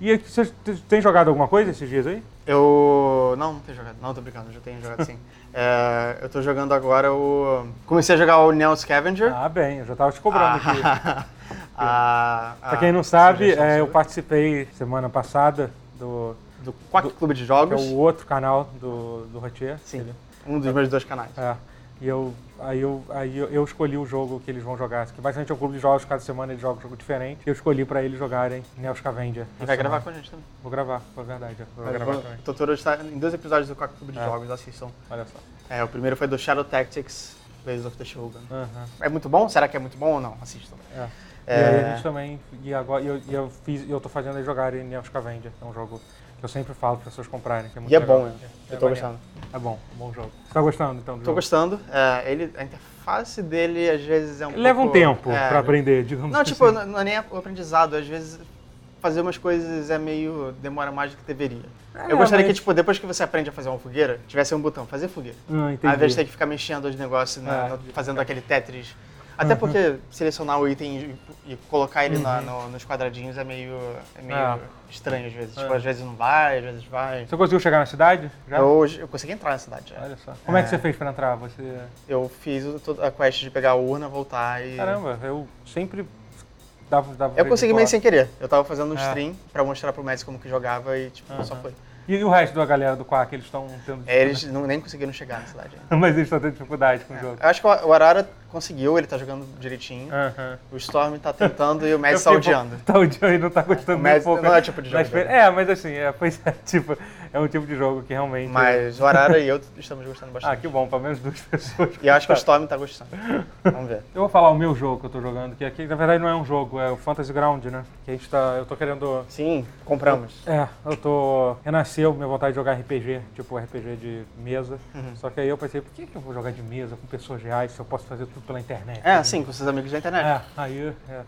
Speaker 1: e aí, você tem jogado alguma coisa esses dias aí?
Speaker 2: Eu. Não, não tenho jogado. Não, tô brincando, eu já tenho jogado sim. É, eu tô jogando agora o. Comecei a jogar o Neon Scavenger.
Speaker 1: Ah, bem, eu já tava te cobrando
Speaker 2: Ah.
Speaker 1: aqui.
Speaker 2: a- a-
Speaker 1: Pra quem não sabe,
Speaker 2: sugestão
Speaker 1: é, eu
Speaker 2: sua.
Speaker 1: participei semana passada do.
Speaker 2: do Quack Clube de
Speaker 1: que é
Speaker 2: Jogos.
Speaker 1: o outro canal do, do Rotier.
Speaker 2: Sim, um dos meus dois canais.
Speaker 1: É. E eu, aí eu, aí eu, eu escolhi o jogo que eles vão jogar. Que basicamente é um clube de jogos, cada semana eles jogam um jogo diferente. E eu escolhi pra eles jogarem Neo Scavenger.
Speaker 2: E vai gravar com a gente também.
Speaker 1: Vou gravar, é verdade. Vou
Speaker 2: Vai
Speaker 1: gravar
Speaker 2: gravar.
Speaker 1: também.
Speaker 2: O Totoro está em dois episódios do Quack Clube de
Speaker 1: É.
Speaker 2: Jogos, assistam.
Speaker 1: Olha só.
Speaker 2: É, o primeiro foi do Shadow Tactics, Blades of the Shogun.
Speaker 1: Aham.
Speaker 2: É muito bom? Será que é muito bom ou não? Assistam.
Speaker 1: É. E aí a
Speaker 2: É,
Speaker 1: gente também. E agora e eu, e eu fiz, e eu tô fazendo eles jogarem Neo Scavenger. que É um jogo que eu sempre falo para pessoas comprarem. Que é muito
Speaker 2: e é
Speaker 1: legal.
Speaker 2: bom, né? Eu tô
Speaker 1: maneiro.
Speaker 2: gostando.
Speaker 1: É bom, bom jogo. Você tá gostando então? do
Speaker 2: Tô
Speaker 1: jogo?
Speaker 2: gostando. É, ele, a interface dele às vezes é um
Speaker 1: Leva um
Speaker 2: pouco-
Speaker 1: tempo
Speaker 2: é,
Speaker 1: pra aprender, digamos
Speaker 2: Não,
Speaker 1: assim.
Speaker 2: tipo, não, não é nem o aprendizado. Às vezes fazer umas coisas é meio. demora mais do que deveria.
Speaker 1: É,
Speaker 2: Eu gostaria que,
Speaker 1: mas-
Speaker 2: tipo, depois que você aprende a fazer uma fogueira, tivesse um botão, fazer fogueira.
Speaker 1: Ah,
Speaker 2: Ao invés
Speaker 1: entendi.
Speaker 2: de ter que ficar mexendo os negócios, na-
Speaker 1: É.
Speaker 2: no- fazendo aquele Tetris. Até porque selecionar o item e, e colocar ele
Speaker 1: Uhum.
Speaker 2: na- no- nos quadradinhos é meio, é meio
Speaker 1: É.
Speaker 2: estranho às vezes.
Speaker 1: É.
Speaker 2: Tipo, às vezes não vai, às vezes vai.
Speaker 1: Você conseguiu chegar na cidade? Já?
Speaker 2: Eu, eu consegui entrar na cidade já.
Speaker 1: Olha só. Como é que
Speaker 2: É.
Speaker 1: você fez pra entrar? Você.
Speaker 2: Eu fiz o- toda a quest de pegar a urna, voltar e.
Speaker 1: Caramba, eu sempre dava. dava um
Speaker 2: Eu
Speaker 1: jeito
Speaker 2: consegui
Speaker 1: de
Speaker 2: meio
Speaker 1: colar.
Speaker 2: sem querer. Eu tava fazendo um
Speaker 1: É.
Speaker 2: stream pra mostrar pro Messi como que jogava e, tipo, só foi.
Speaker 1: E o resto da galera do Quark, eles estão tendo.
Speaker 2: É, eles não, nem conseguiram chegar na cidade ainda.
Speaker 1: Mas eles estão tendo dificuldade com o jogo.
Speaker 2: Eu acho que o o Arara conseguiu, ele tá jogando direitinho.
Speaker 1: Aham.
Speaker 2: O Storm tá tentando e o Messi tá
Speaker 1: Eu fiquei-
Speaker 2: odiando.
Speaker 1: Tá odiando e não tá gostando nem um
Speaker 2: Mas
Speaker 1: pouco.
Speaker 2: não é o tipo de jogo
Speaker 1: Mas-
Speaker 2: dele.
Speaker 1: É, mas assim, é, pois é, tipo, é um tipo de jogo que realmente.
Speaker 2: Mas o Arara e eu estamos gostando
Speaker 1: Ah,
Speaker 2: bastante.
Speaker 1: que bom, pelo menos duas pessoas.
Speaker 2: E eu acho que o Storm tá gostando. Vamos ver.
Speaker 1: Eu vou falar o meu jogo que eu tô jogando, que aqui na verdade não é um jogo, é o Fantasy Ground, né? Que a gente tá. Eu tô querendo.
Speaker 2: Sim, compramos.
Speaker 1: É, eu tô. Renasceu minha vontade de jogar RPG, tipo RPG de mesa.
Speaker 2: Uhum.
Speaker 1: Só que aí eu pensei, por que, que eu vou jogar de mesa com pessoas reais se eu posso fazer tudo pela internet?
Speaker 2: É, sim, com seus amigos da internet.
Speaker 1: É, aí. É.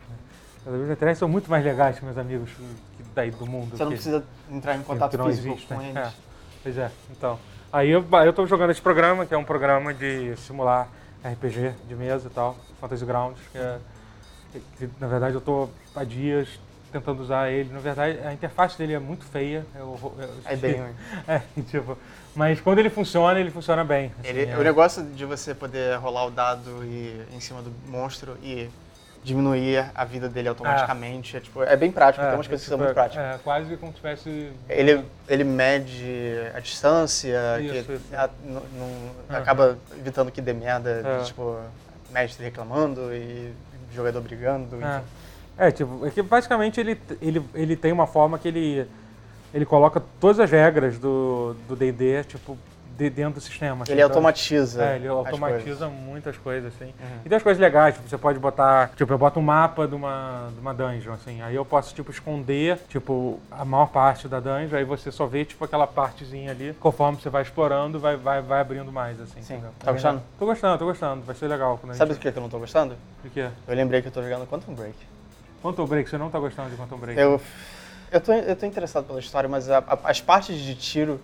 Speaker 1: Os amigos da internet são muito mais legais que meus amigos que- daí do mundo.
Speaker 2: Você não
Speaker 1: que-
Speaker 2: precisa entrar em
Speaker 1: que
Speaker 2: contato
Speaker 1: não
Speaker 2: físico
Speaker 1: existem.
Speaker 2: com eles.
Speaker 1: É, Pois é, então. Aí eu, aí eu tô jogando esse programa, que é um programa de simular RPG de mesa e tal, Fantasy Grounds, que é. que, que, na verdade eu tô há dias tentando usar ele. Na verdade, a interface dele é muito feia. É, horror-
Speaker 2: É bem ruim.
Speaker 1: é, tipo, mas quando ele funciona, ele funciona bem. assim,
Speaker 2: Ele-
Speaker 1: é.
Speaker 2: O negócio de você poder rolar o dado e, em cima do monstro e diminuir a vida dele automaticamente é, tipo, é bem prático, tem umas coisas que são
Speaker 1: Ah. tipo,
Speaker 2: muito práticas. É
Speaker 1: É, quase como se tivesse.
Speaker 2: Ele, ele mede a distância,
Speaker 1: Isso,
Speaker 2: que
Speaker 1: isso.
Speaker 2: a- não- não-
Speaker 1: Aham.
Speaker 2: acaba evitando que dê merda,
Speaker 1: É.
Speaker 2: de, tipo, mestre reclamando e jogador brigando.
Speaker 1: É.
Speaker 2: enfim.
Speaker 1: É, tipo, é que basicamente ele, ele, ele tem uma forma que ele, ele coloca todas as regras do do D&D, tipo, de dentro do sistema. assim,
Speaker 2: Ele
Speaker 1: então-
Speaker 2: automatiza.
Speaker 1: É, ele
Speaker 2: as coisas. Uhum.
Speaker 1: automatiza muitas coisas, assim. E tem as coisas legais, tipo, você pode botar... Tipo, eu boto um mapa de uma, de uma dungeon, assim. Aí eu posso, tipo, esconder, tipo, a maior parte da dungeon. Aí você só vê, tipo, aquela partezinha ali. Conforme você vai explorando, vai, vai, vai abrindo mais, assim.
Speaker 2: Sim.
Speaker 1: entendeu?
Speaker 2: Tá gostando?
Speaker 1: Tô gostando, tô gostando. Vai ser legal. Quando a
Speaker 2: Sabe do
Speaker 1: gente...
Speaker 2: que que eu não tô gostando?
Speaker 1: Por quê?
Speaker 2: Eu lembrei que eu tô jogando Quantum Break.
Speaker 1: Quantum Break, você não tá gostando de Quantum Break?
Speaker 2: Eu, eu, tô, eu tô interessado pela história, mas a- a- as partes de tiro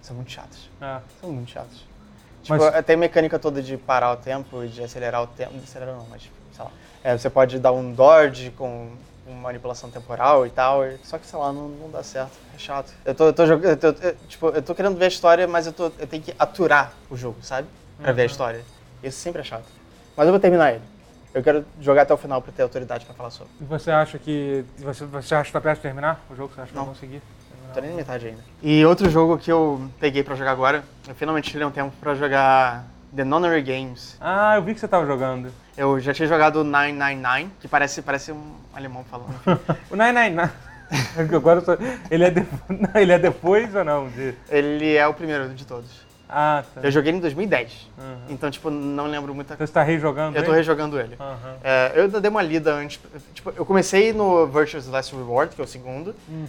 Speaker 2: são muito chatas.
Speaker 1: É.
Speaker 2: São muito chatas. Tipo,
Speaker 1: Mas-
Speaker 2: tem a mecânica toda de parar o tempo e de acelerar o tempo. Não acelerar não, mas sei lá. É, você pode dar um dodge com com manipulação temporal e tal. e- Só que, sei lá, não, não dá certo. É chato. Eu tô, eu tô jogando. eu tô- eu- tipo, eu tô querendo ver a história, mas eu, tô, eu tenho que aturar o jogo, sabe? Pra ver a história. Isso sempre é chato. Mas eu vou terminar ele. Eu quero jogar até o final pra ter autoridade pra falar sobre.
Speaker 1: E você acha que. Você, você acha que tá perto de terminar o jogo? Você acha que
Speaker 2: Não.
Speaker 1: vai conseguir?
Speaker 2: Tô nem na metade ainda. E outro jogo que eu peguei pra jogar agora, eu finalmente tirei um tempo pra jogar The Nonary Games.
Speaker 1: Ah, eu vi que você tava jogando.
Speaker 2: Eu já tinha jogado 999, que parece, parece um alemão falando.
Speaker 1: O 999. Agora eu tô... ele, é de- não, ele é depois ou não? De-
Speaker 2: Ele é o primeiro de todos.
Speaker 1: Ah, tá. Uhum.
Speaker 2: Eu joguei ele em 2010,
Speaker 1: Aham.
Speaker 2: então, tipo, não lembro muita
Speaker 1: Então
Speaker 2: coisa.
Speaker 1: você tá rejogando?
Speaker 2: Eu tô
Speaker 1: ele?
Speaker 2: rejogando ele.
Speaker 1: Aham.
Speaker 2: É, eu ainda dei uma lida antes. Tipo, eu comecei no Virtue's Last Reward, que é o segundo.
Speaker 1: Uhum.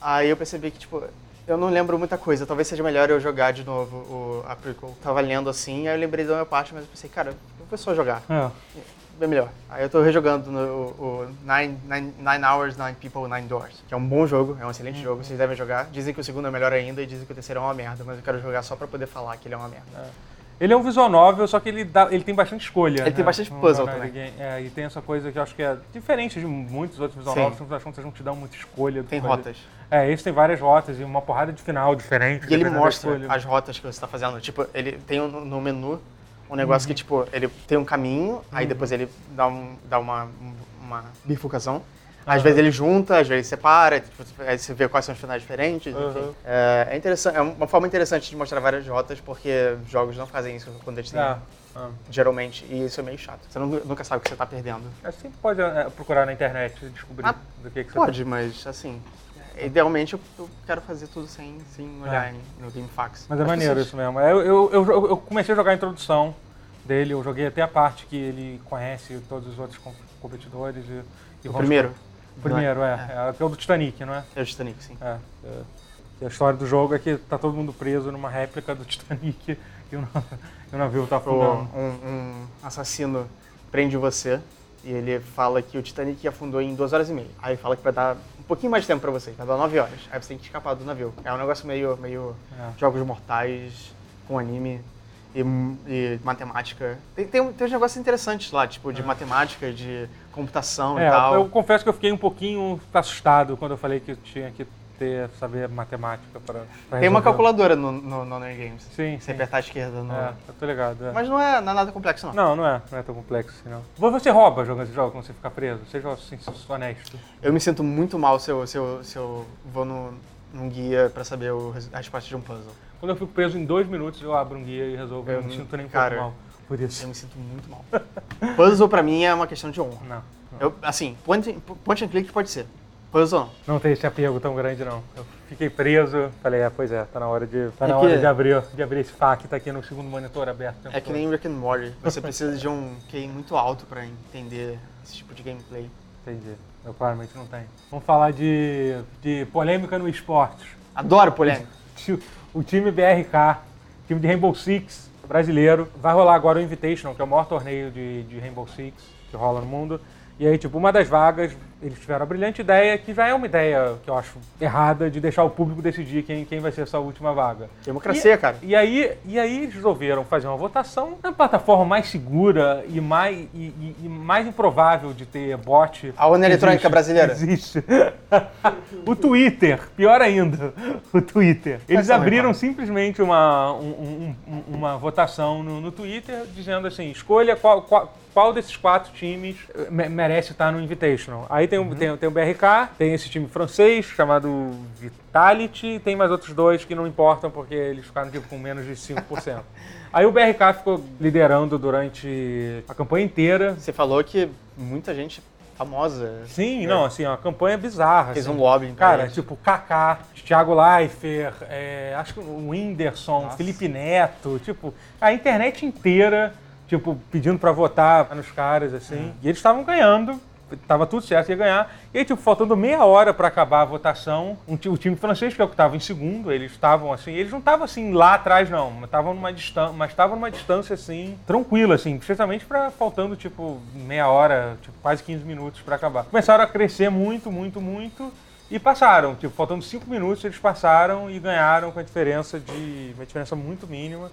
Speaker 2: Aí eu percebi que, tipo, eu não lembro muita coisa. Talvez seja melhor eu jogar de novo o, a prequel. Tava lendo assim, aí eu lembrei da minha parte, mas eu pensei, cara, eu vou só jogar.
Speaker 1: É.
Speaker 2: Bem melhor. Aí eu tô rejogando no, o, o nine, nine, nine Hours, Nine People, Nine Doors. Que é um bom jogo, é um excelente jogo, vocês devem jogar. Dizem que o segundo é melhor ainda e dizem que o terceiro é uma merda, mas eu quero jogar só pra poder falar que ele é uma merda.
Speaker 1: Ele é um visual novel, só que ele, dá, ele tem bastante escolha.
Speaker 2: Ele tem
Speaker 1: né?
Speaker 2: bastante
Speaker 1: No
Speaker 2: puzzle
Speaker 1: Nonary
Speaker 2: também.
Speaker 1: Game. É, e tem essa coisa que eu acho que é diferente de muitos outros visual
Speaker 2: Sim.
Speaker 1: novels, que eu acho que não te dão muita escolha. do
Speaker 2: Tem
Speaker 1: coisa.
Speaker 2: rotas.
Speaker 1: É, esse tem várias rotas e uma porrada de final diferente.
Speaker 2: E ele
Speaker 1: dependendo da
Speaker 2: mostra
Speaker 1: escolha.
Speaker 2: as rotas que você está fazendo. Tipo, ele tem um- no menu um negócio que,
Speaker 1: Uhum.
Speaker 2: tipo, ele tem um caminho, aí depois ele dá, um, dá uma, uma bifurcação. Às vezes ele junta, às vezes separa, tipo, aí você vê quais são os finais diferentes. enfim.
Speaker 1: Aham.
Speaker 2: É, é interessante, é uma forma interessante de mostrar várias rotas, porque jogos não fazem isso quando eles têm,
Speaker 1: Ah, ah.
Speaker 2: geralmente, e isso é meio chato. Você nu- nunca sabe o que você está perdendo.
Speaker 1: Você sempre pode é, procurar na internet e descobrir
Speaker 2: Ah,
Speaker 1: do que, que você tá
Speaker 2: Pode, mas assim, idealmente eu, eu quero fazer tudo sem, sem olhar em- no GameFAQs.
Speaker 1: Mas é maneiro isso mesmo. Eu, eu, eu, eu comecei a jogar a introdução dele, eu joguei até a parte que ele conhece todos os outros com- competidores. E, e
Speaker 2: O
Speaker 1: vamos-
Speaker 2: primeiro.
Speaker 1: o primeiro, é. É, Que é o do Titanic, não é?
Speaker 2: É o Titanic, sim.
Speaker 1: É. é. E a história do jogo é que tá todo mundo preso numa réplica do Titanic e o, na- e o navio tá
Speaker 2: Pro-
Speaker 1: afundando.
Speaker 2: um, um assassino prende você e ele fala que o Titanic afundou em duas horas e meia. Aí fala que vai dar um pouquinho mais de tempo pra você, vai dar nove horas. Aí você tem que escapar do navio. É um negócio meio, meio
Speaker 1: É.
Speaker 2: jogos mortais com anime e, e matemática. Tem, tem, um- tem uns negócios interessantes lá, tipo de matemática, de computação e
Speaker 1: É,
Speaker 2: tal.
Speaker 1: eu confesso que eu fiquei um pouquinho assustado quando eu falei que eu tinha que ter, saber matemática para
Speaker 2: Tem uma calculadora no, no, no Honor Games.
Speaker 1: Sim,
Speaker 2: Você
Speaker 1: sim.
Speaker 2: apertar a esquerda no.
Speaker 1: É, eu tô ligado. é.
Speaker 2: Mas não é, não é nada complexo, não.
Speaker 1: Não, não é, não é tão complexo assim, não. Vo- Você rouba jogando esse jogo quando você fica preso? Seja assim, honesto.
Speaker 2: Eu me sinto muito mal se eu, se eu, se eu vou no, num guia pra saber o res- a resposta de um puzzle.
Speaker 1: Quando eu fico preso em dois minutos, eu abro um guia e resolvo. Eu,
Speaker 2: Eu
Speaker 1: não
Speaker 2: não-
Speaker 1: sinto nem um
Speaker 2: cara,
Speaker 1: pouco mal por
Speaker 2: Eu
Speaker 1: isso.
Speaker 2: me sinto muito mal. Puzzle pra mim é uma questão de honra.
Speaker 1: Não, não.
Speaker 2: Eu, assim, point, point and click pode ser. Puzzle não.
Speaker 1: Não tem esse apego tão grande, não. Eu fiquei preso, falei, é, pois é, tá na hora de, tá
Speaker 2: É
Speaker 1: na
Speaker 2: que-
Speaker 1: hora de, abrir, de abrir esse FAQ, tá aqui no segundo monitor aberto.
Speaker 2: É que nem Rick and Morty. Você precisa de um QI muito alto pra entender esse tipo de gameplay.
Speaker 1: Entendi. Eu claramente não tenho. Vamos falar de, de polêmica no esporte.
Speaker 2: Adoro polêmica.
Speaker 1: Ti- O time BRK, time de Rainbow Six brasileiro, vai rolar agora o Invitational, que é o maior torneio de, de Rainbow Six que rola no mundo. E aí, tipo, uma das vagas, eles tiveram a brilhante ideia, que já é uma ideia que eu acho errada, de deixar o público decidir quem, quem vai ser essa última vaga.
Speaker 2: Democracia, cara.
Speaker 1: E é aí, e aí eles resolveram fazer uma votação na plataforma mais segura e mais, e, e- e mais improvável de ter bot.
Speaker 2: A urna
Speaker 1: que
Speaker 2: eletrônica
Speaker 1: existe.
Speaker 2: brasileira.
Speaker 1: Existe. o Twitter, pior ainda, o Twitter. Eles
Speaker 2: Essa é uma
Speaker 1: abriram
Speaker 2: reclama.
Speaker 1: simplesmente uma, um- um- um- uma votação no, no Twitter dizendo assim, escolha qual, qual, qual desses quatro times eh, me- merece estar no Invitational. Aí tem,
Speaker 2: Uhum.
Speaker 1: o tem, tem o BRK, tem esse time francês chamado Vitality, e tem mais outros dois que não importam porque eles ficaram tipo, com menos de 5%. Aí o BRK ficou liderando durante a campanha inteira.
Speaker 2: Você falou que muita gente famosa
Speaker 1: Sim, não, assim, ó, a campanha é bizarra.
Speaker 2: fez
Speaker 1: assim.
Speaker 2: um lobby. pra
Speaker 1: Cara,
Speaker 2: isso.
Speaker 1: tipo Kaká, Thiago Leifert, é, acho que o Whindersson, Felipe Neto, tipo, a internet inteira, tipo, pedindo pra votar nos caras, assim. E eles estavam ganhando, tava tudo certo, ia ganhar. E aí, tipo, faltando meia hora pra acabar a votação, um ti- o time francês, que é o que tava em segundo, eles estavam assim, eles não estavam assim lá atrás, não, mas estavam numa distância, mas estavam numa distância, assim, tranquila, assim, especialmente pra faltando, tipo, meia hora, tipo, quase 15 minutos pra acabar. Começaram a crescer muito, muito, muito. E passaram, tipo, faltando cinco minutos, eles passaram e ganharam com a diferença de. uma diferença muito mínima.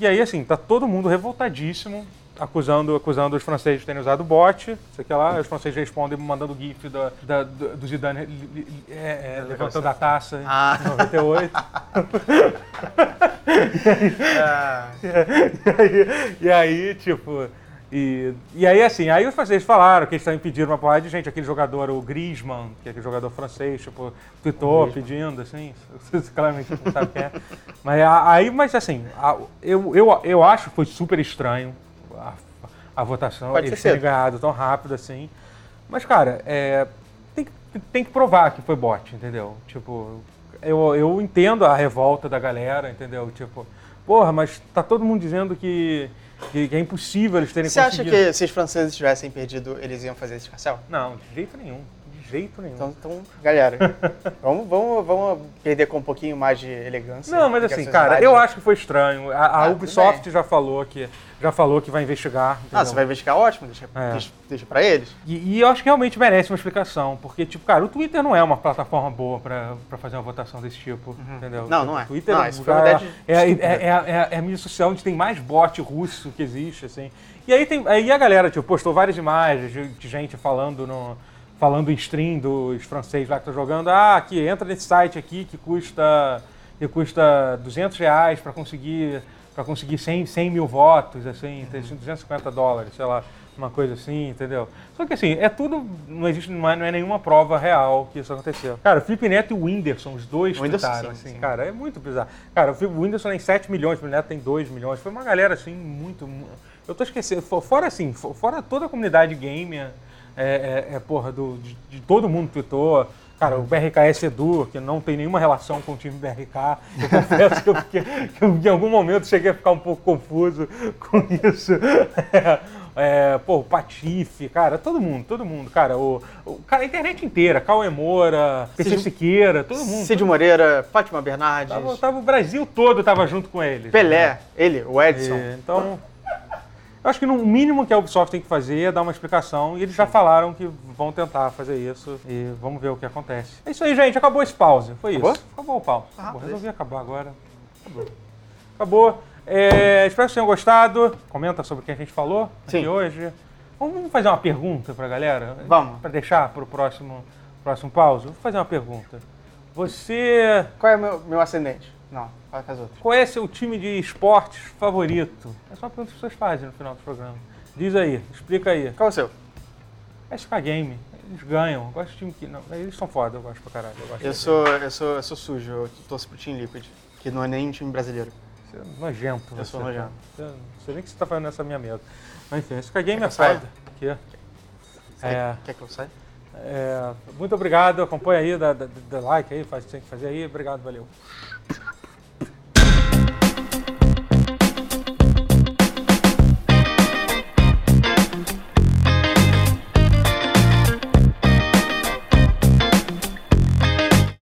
Speaker 1: E aí, assim, tá todo mundo revoltadíssimo, acusando, acusando os franceses de terem usado bot, sei que lá, os franceses respondem mandando o GIF da, da- do do Zidane li- li- é, é, levantando a taça
Speaker 2: Ah.
Speaker 1: em 98.
Speaker 2: É,
Speaker 1: E aí, tipo. E, e aí, assim, aí os franceses falaram que eles estavam impedindo uma porrada de gente. Aquele jogador, o Griezmann, que é aquele jogador francês, tipo, tweetou pedindo, assim, claramente não sabe quem é. Mas a- aí, mas assim, a- eu, eu, eu acho que foi super estranho a, a votação,
Speaker 2: Pode
Speaker 1: eles
Speaker 2: ser
Speaker 1: terem
Speaker 2: cedo.
Speaker 1: ganhado tão rápido assim. Mas, cara, é, tem, que- tem que provar que foi bot, entendeu? Tipo, eu, eu entendo a revolta da galera, entendeu? Tipo, porra, mas tá todo mundo dizendo que, que, que é impossível eles terem
Speaker 2: Você acha
Speaker 1: conseguido.
Speaker 2: que se os franceses tivessem perdido, eles iam fazer esse carcel?
Speaker 1: Não, de jeito nenhum. De jeito nenhum.
Speaker 2: Então, então, galera, vamos, vamos, vamos perder com um pouquinho mais de elegância.
Speaker 1: Não, mas
Speaker 2: porque a
Speaker 1: assim, cara,
Speaker 2: sociedade-
Speaker 1: eu acho que foi estranho. A, a
Speaker 2: Ah, tudo
Speaker 1: Ubisoft já falou que já falou que vai investigar.
Speaker 2: Ah,
Speaker 1: entendeu?
Speaker 2: você vai investigar ótimo, deixa,
Speaker 1: É.
Speaker 2: deixa, deixa pra eles.
Speaker 1: E, e eu acho que realmente merece uma explicação, porque, tipo, cara, o Twitter não é uma plataforma boa pra pra fazer uma votação desse tipo, entendeu?
Speaker 2: Não,
Speaker 1: Tipo,
Speaker 2: não é.
Speaker 1: o Twitter
Speaker 2: Não,
Speaker 1: é, um
Speaker 2: isso foi uma
Speaker 1: lugar-
Speaker 2: ideia
Speaker 1: é, é, é, é- é a mídia social onde tem mais bot russo que existe, assim. E aí, tem, aí a galera, tipo, postou várias imagens de, de gente falando no... Falando em stream dos franceses lá que estão jogando, ah, que entra nesse site aqui que custa, que custa 200 reais pra conseguir para conseguir 100, 100 mil votos, assim, 250 dólares, sei lá, uma coisa assim, entendeu? Só que assim, é tudo, não existe, não é, não é nenhuma prova real que isso aconteceu. Cara, o Felipe Neto e o Whindersson, os dois
Speaker 2: O Whindersson,
Speaker 1: tentaram,
Speaker 2: sim,
Speaker 1: assim,
Speaker 2: sim.
Speaker 1: cara, é muito bizarro. Cara, o Felipe- o Whindersson tem 7 milhões, o Felipe Neto tem 2 milhões, foi uma galera, assim, muito... mu- Eu tô esquecendo, fo- fora assim, fo- fora toda a comunidade gamer, é, é- é, porra, do, de, de todo mundo tweetou. Cara, o BRKS é Edu, que não tem nenhuma relação com o time BRK, eu confesso que eu, fiquei, que eu em algum momento cheguei a ficar um pouco confuso com isso. É, é, pô, o Patife, cara, todo mundo, todo mundo, cara, o, o- cara, a internet inteira, Cauê Moura, PC
Speaker 2: Cid-
Speaker 1: Siqueira, todo mundo.
Speaker 2: Cid Moreira, Fátima Bernardes,
Speaker 1: Tava, tava- o Brasil todo tava junto com eles.
Speaker 2: Pelé, ele, o Edson.
Speaker 1: É, então, eu acho que no mínimo que a Ubisoft tem que fazer é dar uma explicação. E eles já falaram que vão tentar fazer isso. E vamos ver o que acontece. É isso aí, gente. Acabou esse pause. Foi isso.
Speaker 2: Acabou?
Speaker 1: Acabou o pause.
Speaker 2: Ah,
Speaker 1: Acabou.
Speaker 2: beleza.
Speaker 1: Resolvi acabar agora. Acabou. Acabou. É, espero que vocês tenham gostado. Comenta sobre o que a gente falou aqui
Speaker 2: Sim.
Speaker 1: hoje. Vamos vamos fazer uma pergunta pra galera?
Speaker 2: Vamos.
Speaker 1: Pra deixar pro próximo, próximo pause? Vou fazer uma pergunta. Você.
Speaker 2: Qual é o meu, meu ascendente? Não, fala com as outras.
Speaker 1: Qual é seu time de esportes favorito? É só uma pergunta que as pessoas fazem no final do programa. Diz aí, explica aí.
Speaker 2: Qual é o seu?
Speaker 1: SK Game, eles ganham. Eu gosto de time que. Não, eles são foda, eu gosto pra caralho. Eu gosto
Speaker 2: Eu
Speaker 1: deles.
Speaker 2: sou, eu sou, eu sou sujo, eu torço pro Team Liquid, que não é nem um time brasileiro.
Speaker 1: Você é nojento.
Speaker 2: Eu sou nojento.
Speaker 1: Você, não sei nem o que você tá fazendo nessa minha mesa. Mas enfim, SK Game
Speaker 2: Quer
Speaker 1: é
Speaker 2: que eu saia?
Speaker 1: foda. Aqui.
Speaker 2: Você
Speaker 1: É.
Speaker 2: Quer que eu saia?
Speaker 1: É, muito obrigado, acompanha aí, dá, dá- dá like aí, faz o que tem que fazer aí. Obrigado, valeu.